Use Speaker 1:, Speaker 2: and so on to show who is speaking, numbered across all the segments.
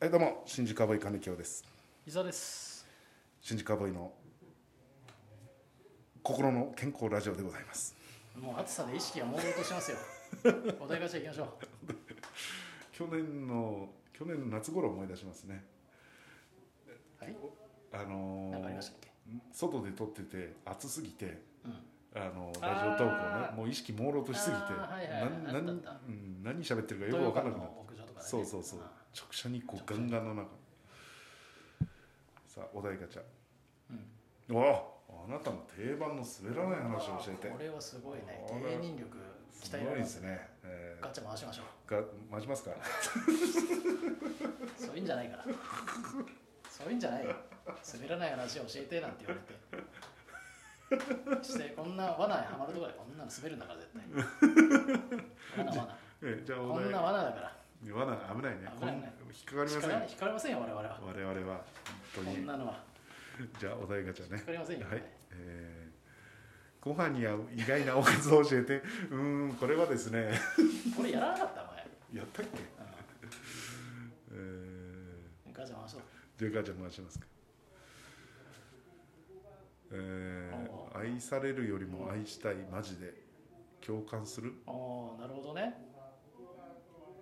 Speaker 1: はい、どうも、新宿アボイ金城です。
Speaker 2: 伊沢です
Speaker 1: 新宿アボイの。心の健康ラジオでございます。
Speaker 2: もう暑さで意識が朦朧と しますよお題ガチャ行きましょう
Speaker 1: 去年の、去年の夏頃を思い出しますね。
Speaker 2: はい
Speaker 1: あのー
Speaker 2: 何かありましたっけ
Speaker 1: 外で撮ってて、暑すぎて。
Speaker 2: うん
Speaker 1: あの
Speaker 2: あー
Speaker 1: ラジオトークをね、もう意識朦朧としすぎて、
Speaker 2: あーはいは
Speaker 1: な
Speaker 2: い
Speaker 1: ん
Speaker 2: あった
Speaker 1: な
Speaker 2: あ
Speaker 1: ん
Speaker 2: った
Speaker 1: うん何喋ってるかよ
Speaker 2: 東
Speaker 1: く
Speaker 2: 洋
Speaker 1: 分か
Speaker 2: 館
Speaker 1: らなくなっ
Speaker 2: の屋上とか
Speaker 1: た。
Speaker 2: ね
Speaker 1: そうそうそう、
Speaker 2: あ
Speaker 1: 直射日光ガンガンの中。さあ、お題ガチャ。
Speaker 2: ーうん
Speaker 1: わあ、あなたの定番の滑らない話を教えて。
Speaker 2: これはすごいね
Speaker 1: これ
Speaker 2: 芸人力
Speaker 1: す
Speaker 2: 鍛
Speaker 1: ご
Speaker 2: えら
Speaker 1: い
Speaker 2: れ
Speaker 1: で
Speaker 2: ますす
Speaker 1: ね。え
Speaker 2: ガチャ回しましょう
Speaker 1: ー、が、まじますか。
Speaker 2: そういうんじゃないからそういうんじゃないよ滑らない話を教えてなんて言われてしてこんな罠にはまるところでこんなの滑るんだから絶 対罠罠
Speaker 1: えー、じゃあ、お
Speaker 2: こん
Speaker 1: 題
Speaker 2: な。罠だから
Speaker 1: 罠、危ないね。
Speaker 2: 危ないね
Speaker 1: こん引っかかりま
Speaker 2: 引っ
Speaker 1: せ
Speaker 2: か
Speaker 1: ん。
Speaker 2: かり引っかかりませんよ我々は
Speaker 1: 我々は。本当
Speaker 2: こん
Speaker 1: に。
Speaker 2: なのは
Speaker 1: じゃあ、お題ガチャね
Speaker 2: 引っ。かかりませんよ、
Speaker 1: はい。えーご飯に合う意外なおかずを教えて。うーん、これはですね。
Speaker 2: これやらなかった前
Speaker 1: やったっけ。
Speaker 2: うん
Speaker 1: えー
Speaker 2: ガチャ回しと
Speaker 1: じゃあガチャ回しますか。えー、愛されるよりも愛したいマジで共感する
Speaker 2: ああなるほどね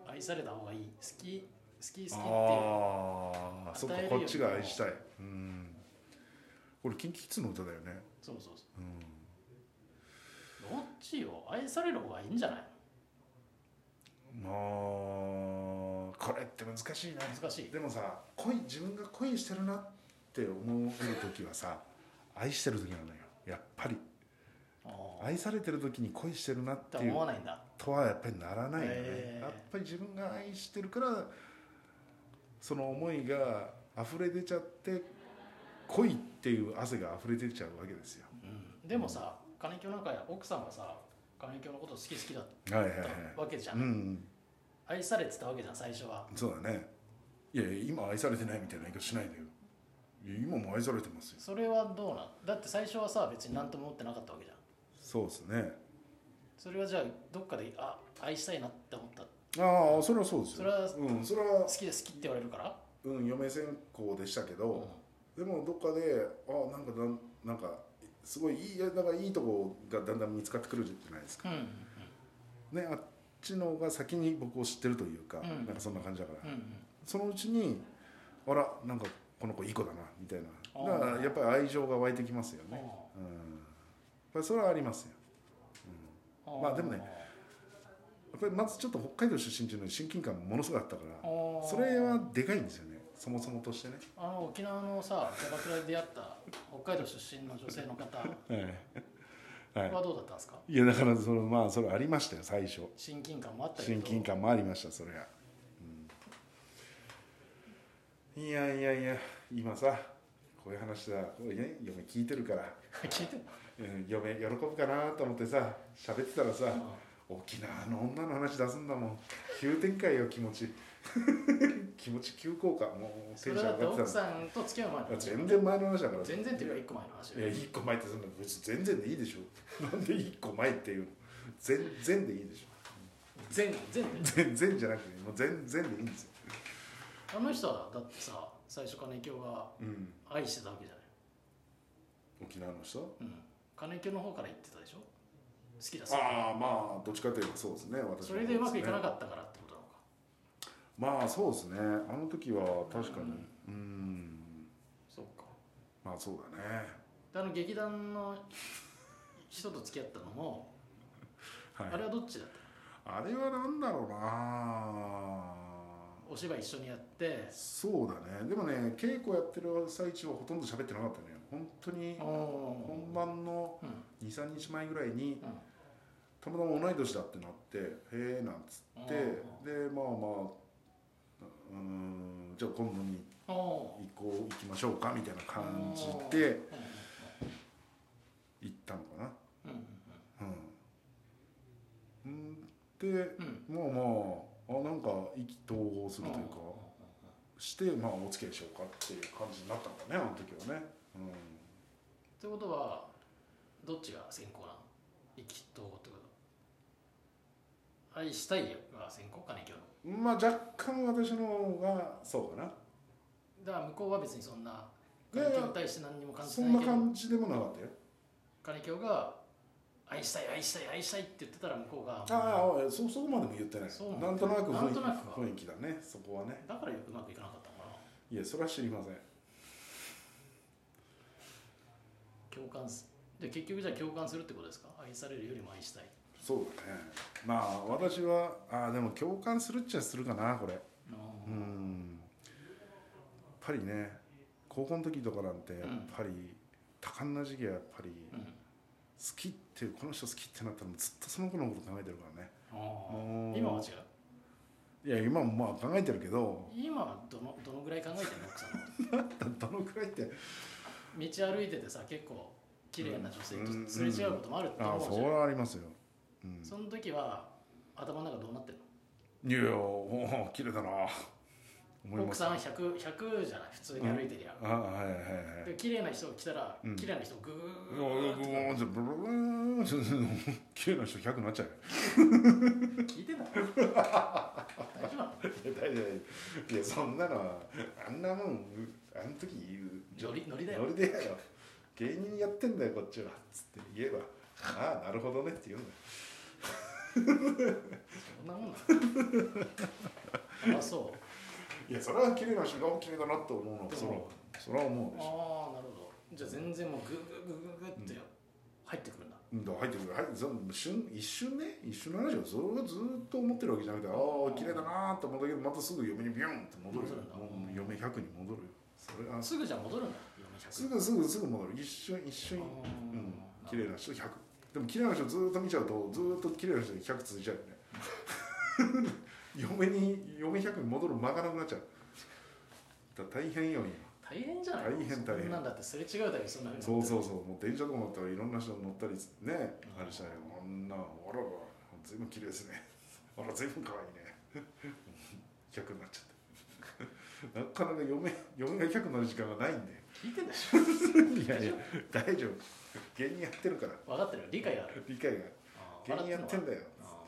Speaker 2: 愛された方がいい好き好き好きっていう
Speaker 1: ああそっか
Speaker 2: 与えるよりも
Speaker 1: こっちが愛したいうんこれキンキキッズの歌だよね
Speaker 2: そうそうそ
Speaker 1: うん
Speaker 2: うどっちよ愛される方がいいんじゃない
Speaker 1: まあこれって難しいね
Speaker 2: 難しい
Speaker 1: でもさ恋自分が恋してるなって思える時はさ愛してる時なのよやっぱり
Speaker 2: ああ
Speaker 1: 愛されてる時に恋してるなっ
Speaker 2: って
Speaker 1: ていう
Speaker 2: 思わないんだ
Speaker 1: とはやっぱりならないよね、
Speaker 2: えー
Speaker 1: やっぱり自分が愛してるからその思いが溢れ出ちゃって恋っていう汗が溢れ出ちゃうわけですよ
Speaker 2: うんでもさ金京なんか奥さんがさ金京のこと好き好きだっ
Speaker 1: はいはいはい
Speaker 2: たわけじゃ、
Speaker 1: うんん
Speaker 2: 愛されてたわけじゃん最初は
Speaker 1: そうだねいやいや今愛されてないみたいな言い方しないでよいや今も愛されてますよ
Speaker 2: それはどうなんだって最初はさ別に何とも思ってなかったわけじゃん
Speaker 1: そうですね
Speaker 2: それはじゃあどっかであ愛したいなって思った
Speaker 1: ああそれはそうですよ
Speaker 2: それは
Speaker 1: うん、それは
Speaker 2: 好、きで好きって言われるから、
Speaker 1: うん、嫁選考でしたけど、
Speaker 2: うん
Speaker 1: でもどっかでああなんかなんなんかすごいいいいやだからいいとこがだんだん見つかってくるじゃないですか、
Speaker 2: うん
Speaker 1: ね、あっちの方が先に僕を知ってるというか、
Speaker 2: うん
Speaker 1: なんかそんな感じだから、
Speaker 2: うんうん
Speaker 1: そのうちにあらなんかこの子いい子だなみたい
Speaker 2: あー
Speaker 1: なだからやっぱり愛情が湧いてきますよねうんやっぱりそれはありますよまあでもねやっぱりまずちょっと北海道出身っていうのに親近感ものすごいあったからそ
Speaker 2: そ
Speaker 1: れはでかいんですよねそもそもとしてね、
Speaker 2: あの沖縄のさキャバクラで出会った北海道出身の女性の方は
Speaker 1: はい
Speaker 2: どうだったんですか
Speaker 1: いやだからそのまあそれありましたよ最初
Speaker 2: 親近感もあったけど
Speaker 1: 親近感もありましたそれは、うん、いやいやいや今さこういう話だこれ、ね、嫁聞いてるから、
Speaker 2: 聞 いてる
Speaker 1: うん、嫁喜ぶかなと思ってさ喋ってたらさ、沖縄の女の話出すんだもん急展開よ気持ち 気持ち急降下もう
Speaker 2: そ
Speaker 1: テン
Speaker 2: れ
Speaker 1: ション上がっ
Speaker 2: だって
Speaker 1: て
Speaker 2: 奥
Speaker 1: たの
Speaker 2: さんと付き合う前の話
Speaker 1: 全然前の話だから
Speaker 2: 全然っていうか一個前の話
Speaker 1: いや一個前ってそんな別に全然でいいでしょなんで一個前っていうの全然でいいでしょ
Speaker 2: 全全で
Speaker 1: 全然じゃなくてもう全然でいいんですよ
Speaker 2: あの人はだってさ最初金京が
Speaker 1: うん
Speaker 2: 愛してたわけじゃない
Speaker 1: 沖縄の人
Speaker 2: うん金京の方から言ってたでしょ好きださ
Speaker 1: ああまあどっちかといえばそうですね私も
Speaker 2: それでうまくいかな
Speaker 1: っ
Speaker 2: かったからってことなのか
Speaker 1: たまあそうですねあの時は確かにうん
Speaker 2: そうか
Speaker 1: まあそうだね
Speaker 2: であの劇団の人と付き合ったのも
Speaker 1: はい
Speaker 2: あれはどっちだった
Speaker 1: あれはなんだろうな
Speaker 2: お芝居一緒にやって
Speaker 1: そうだねでもね稽古やってる最中はほとんど喋ってなかったね本当に本番の
Speaker 2: うん
Speaker 1: 23日前ぐらいに
Speaker 2: うん
Speaker 1: たまたま同い年だってなってへえなんつってでまあまあうーんじゃあ今度に
Speaker 2: おお
Speaker 1: 行こう行きましょうかみたいな感じ
Speaker 2: う
Speaker 1: で
Speaker 2: ん
Speaker 1: 行ったのか
Speaker 2: うん
Speaker 1: なうんうんで
Speaker 2: うんうん
Speaker 1: まあまああなんか意気投合するというかしてまあお付き合いしようかっていう感じになったんだねあの時はねうん
Speaker 2: ってことはどっちが先行なの意気投合ってこ愛したいが先行かね今日
Speaker 1: まあ若干私の方がそうかな
Speaker 2: だから向こうは別にそんない金
Speaker 1: やい
Speaker 2: 京に
Speaker 1: や
Speaker 2: 対して何にも感じて
Speaker 1: そん
Speaker 2: ない
Speaker 1: な
Speaker 2: けど
Speaker 1: 感じでもなかったよ
Speaker 2: 金京が愛したい愛したい愛したいって言ってたら向こうが
Speaker 1: ああそそこまでも言ってない
Speaker 2: そうなんだ
Speaker 1: なんとなく雰囲
Speaker 2: なん
Speaker 1: 気
Speaker 2: となくか
Speaker 1: 雰囲気だねそこはね
Speaker 2: だからうまくいかなかったのかない
Speaker 1: やそれは知りません
Speaker 2: 共感すで結局じゃあ共感するってことですか愛されるよりも愛したい
Speaker 1: そうだねまあ私はああでも共感するっちゃするかなこれ
Speaker 2: う
Speaker 1: うんんやっぱりね高校の時とかなんてやっぱり、多感な時期はやっぱり好
Speaker 2: うん
Speaker 1: きっていうこの人好きってなったらもうずっとその子のこと考えてるからね
Speaker 2: あ
Speaker 1: も
Speaker 2: あ
Speaker 1: う
Speaker 2: 今は違う
Speaker 1: いや今もまあ考えてるけど
Speaker 2: 今はどのどのぐらい考えてるの奥さんのこ
Speaker 1: どのくらいって
Speaker 2: と道歩いててさ結構綺麗な女性
Speaker 1: うん
Speaker 2: とすれ違うこともあるって
Speaker 1: あ
Speaker 2: 思
Speaker 1: あ
Speaker 2: うじゃ
Speaker 1: そ
Speaker 2: ん、
Speaker 1: れはありますよ、うん、
Speaker 2: その時は頭の中どうなってる
Speaker 1: いやいやおお綺麗だな思
Speaker 2: の
Speaker 1: いま
Speaker 2: 奥
Speaker 1: す
Speaker 2: さん 100, 100じゃない普通に歩いてりゃ、
Speaker 1: あはいはいはい
Speaker 2: で綺麗な人が来たら、
Speaker 1: うん
Speaker 2: 綺麗な人をグ
Speaker 1: うわうわうわ
Speaker 2: ー
Speaker 1: ブル
Speaker 2: ッ
Speaker 1: ブルブル綺麗な人100になっちゃうよ
Speaker 2: と聞いてんだろ大丈夫なの
Speaker 1: いや大丈夫いやそんなのはあんなもんあの時言う
Speaker 2: ノリノリだよ
Speaker 1: ノリでやよ芸人やってんだよこっちはつって言えばああなるほどねって言うんだよ
Speaker 2: そんなもん なのあそう
Speaker 1: いやそれは綺麗な人が綺麗だなと思うのは
Speaker 2: で
Speaker 1: そら
Speaker 2: も
Speaker 1: それは思うでしょ
Speaker 2: ああなるほどじゃあ全然もうグーグーグーグーグーって入ってくるん
Speaker 1: うん
Speaker 2: だ、
Speaker 1: だから入ってくる入ってその瞬一瞬ね一瞬の話をそれをずっと思ってるわけじゃなくてああ綺麗だなと思ったけどまたすぐ嫁にビュンって戻るよ
Speaker 2: 戻るんだ
Speaker 1: もう嫁100に戻るよそれは
Speaker 2: すぐじゃあ戻るんだ嫁100
Speaker 1: すぐすぐすぐ戻る一瞬一瞬うん綺麗な人100でも綺麗な人ずっと見ちゃうとずっと綺麗な人に100続いちゃうよね 嫁に嫁100に戻る間がなくなっちゃうだから大変よ今
Speaker 2: 大変じゃない
Speaker 1: 大変大変
Speaker 2: そんなんだってすれ違うだけそんなふうに
Speaker 1: そうそううそうもう電車とか乗ったらいろんな人乗ったりね
Speaker 2: うん
Speaker 1: あれしたらこんなあらら随分綺麗ですね あら随分可愛いね 100になっちゃってなかなか嫁嫁が100になる時間がないんで
Speaker 2: 聞いてんでしょ
Speaker 1: いやいや大丈夫芸人やってるから
Speaker 2: 分かってる理解がある
Speaker 1: 理解が
Speaker 2: あー
Speaker 1: 芸人やってんだよ
Speaker 2: あ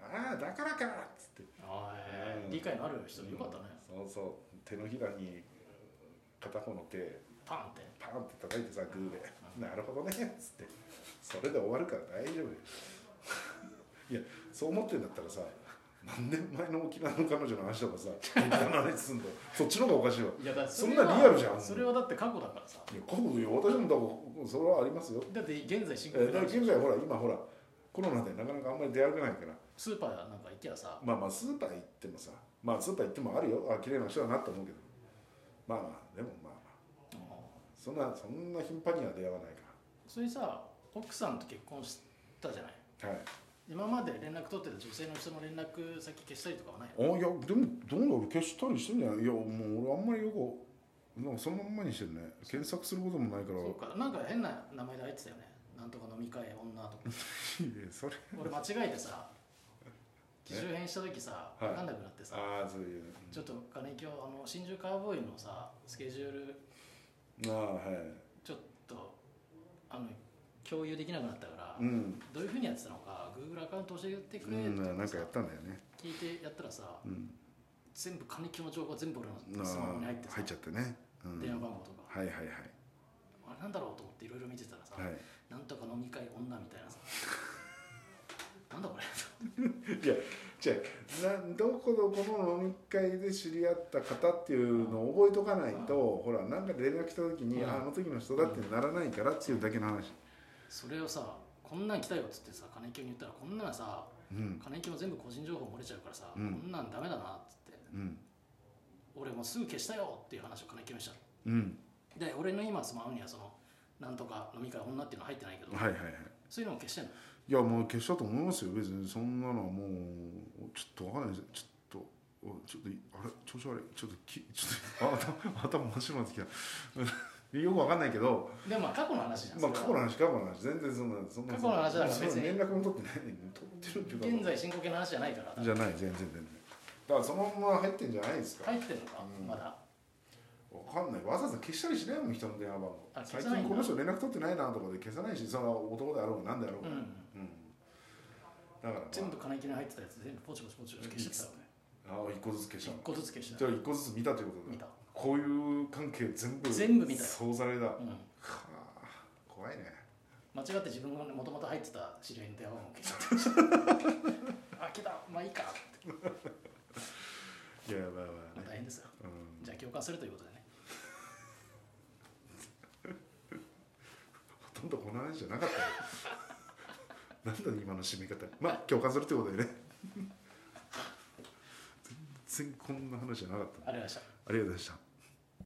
Speaker 1: ああだからかっつって
Speaker 2: ーあー、えー
Speaker 1: うん
Speaker 2: 理解のある人よかったね
Speaker 1: そうそう手のひらに片方の手
Speaker 2: パンって
Speaker 1: パンって叩いてさグーで「なるほどね」っつってそれで終わるから大丈夫よいやそう思ってんだったらさ何年前の沖縄の彼女の話とかさ沖縄の話すんだよそっちの方がおかしいわ
Speaker 2: いやだって
Speaker 1: そん
Speaker 2: れ
Speaker 1: な
Speaker 2: は
Speaker 1: リアルじゃん
Speaker 2: それはだって過去だからさ
Speaker 1: いや今度よ私もだからそれはありますよ
Speaker 2: だって現在進
Speaker 1: え
Speaker 2: 行
Speaker 1: ーだか
Speaker 2: 形だ
Speaker 1: ら
Speaker 2: し
Speaker 1: 現在ほら今ほらコロナでなかなかあんまり出歩かないから
Speaker 2: スーパーなんか行きゃさ
Speaker 1: まあまあスーパー行ってもさまあスーパー行ってもあるよあ綺麗な人だなと思うけどまあまあでもまあまあ
Speaker 2: あー
Speaker 1: そんなそんな頻繁には出会わないか
Speaker 2: それさ奥さんと結婚したじゃない
Speaker 1: らはい
Speaker 2: 今まで連絡取ってた女性の人の連絡先消したりとかはないの
Speaker 1: あいやでもどうだろう消したりしてんじゃないいやもう俺あんまりよくなんかそのまんまにしてるね検索することもないから
Speaker 2: そうかなんか変な名前で入ってたよねなんとか飲み会女とか
Speaker 1: いやそれ
Speaker 2: 俺間違えてさ機種変した時さ
Speaker 1: え
Speaker 2: 分かんなくなってさ、
Speaker 1: ああそういう
Speaker 2: ちょっと金井今日あの新宿カウボーイのさスケジュール
Speaker 1: ああは
Speaker 2: ちょっとあの共有できなくなったから、
Speaker 1: いうん、
Speaker 2: どういうふうにやってたのか Google アカウント教えて
Speaker 1: う
Speaker 2: くれ
Speaker 1: ん、
Speaker 2: と
Speaker 1: な
Speaker 2: か
Speaker 1: ん
Speaker 2: さ
Speaker 1: かやったんだよね、
Speaker 2: 聞いてやったらさ
Speaker 1: うん、
Speaker 2: 全部金井今日の情報が全部俺
Speaker 1: あ
Speaker 2: のスマホに入って
Speaker 1: ー
Speaker 2: さ
Speaker 1: 入っちゃってね、うん、
Speaker 2: 電話番号とか
Speaker 1: はいはいはい
Speaker 2: あれなんだろうと思っていろいろ見てたらさ、
Speaker 1: はい
Speaker 2: なんとか飲み会女み たいなさなんだこれ
Speaker 1: いやじゃあなどこどこの飲み会で知り合った方っていうのを覚えとかないと、ほらなんか連絡来た時に、
Speaker 2: うん
Speaker 1: ああの時の人だってならないからっていうだけの話
Speaker 2: それをさこんなん来たよっつってさ金井教に言ったらこんなんさ
Speaker 1: うん
Speaker 2: 金井教全部個人情報漏れちゃうからさ、
Speaker 1: うん
Speaker 2: こんなんダメだなっつって
Speaker 1: うん
Speaker 2: 俺もうすぐ消したよっていう話を金井教にした
Speaker 1: うん
Speaker 2: ので俺の今スマホにはそのなんとか飲み会女っていうのは入ってないけど、
Speaker 1: はいはいはい
Speaker 2: そういうのも消してんの
Speaker 1: いやもう消したと思いますよ別にそんなのはもうちょっとわかんないですちょっとおちょっとあれ調子悪いちょっときちょっとあ頭頭 真っ白になってきた よくわかんないけど
Speaker 2: でもまあ過去の話じゃん、
Speaker 1: まあ過
Speaker 2: そ
Speaker 1: 去の
Speaker 2: れは
Speaker 1: 話過去の話全然そんなそんな
Speaker 2: 過去の話だから別に
Speaker 1: そんな連絡も取ってない取ってるっていう
Speaker 2: 現在進行形の話じゃないから
Speaker 1: かじゃない全然全然だからそのまま入ってんじゃないですか
Speaker 2: 入ってるのか、
Speaker 1: うん
Speaker 2: まだ
Speaker 1: わかんないわざわざ消したりしないもん人の電話番号
Speaker 2: あ消
Speaker 1: 最
Speaker 2: さないんだ
Speaker 1: 近この人連絡取ってないなとかで消さないしその男であろうが何であろう
Speaker 2: う
Speaker 1: が、
Speaker 2: ん
Speaker 1: うんだから、まあ、
Speaker 2: 全部金切れに入ってたやつ全部ポチポチポチポチ消してたよね
Speaker 1: ああ一個ずつ消し
Speaker 2: 一
Speaker 1: たの
Speaker 2: 個ずつ消して
Speaker 1: じ
Speaker 2: た
Speaker 1: ゃあ一個ずつ見たということ
Speaker 2: 見
Speaker 1: だ
Speaker 2: た
Speaker 1: こういう関係全部
Speaker 2: 全部見たよ
Speaker 1: 総ざれだ、は
Speaker 2: うん
Speaker 1: あ怖いね
Speaker 2: 間違って自分がもともと入ってた知り合いの電話番号消しち ゃったあ来たまあいいかって
Speaker 1: いやまあま
Speaker 2: ま
Speaker 1: あ
Speaker 2: あ
Speaker 1: ね、
Speaker 2: 大変ですよ
Speaker 1: うん、
Speaker 2: じゃあ共感するということでね
Speaker 1: ほとんどこの話じゃなかったよ なんだ今の締め方まあ共感するってことでね全然こんな話じゃなかった
Speaker 2: ありがとうございました
Speaker 1: ありがとうございました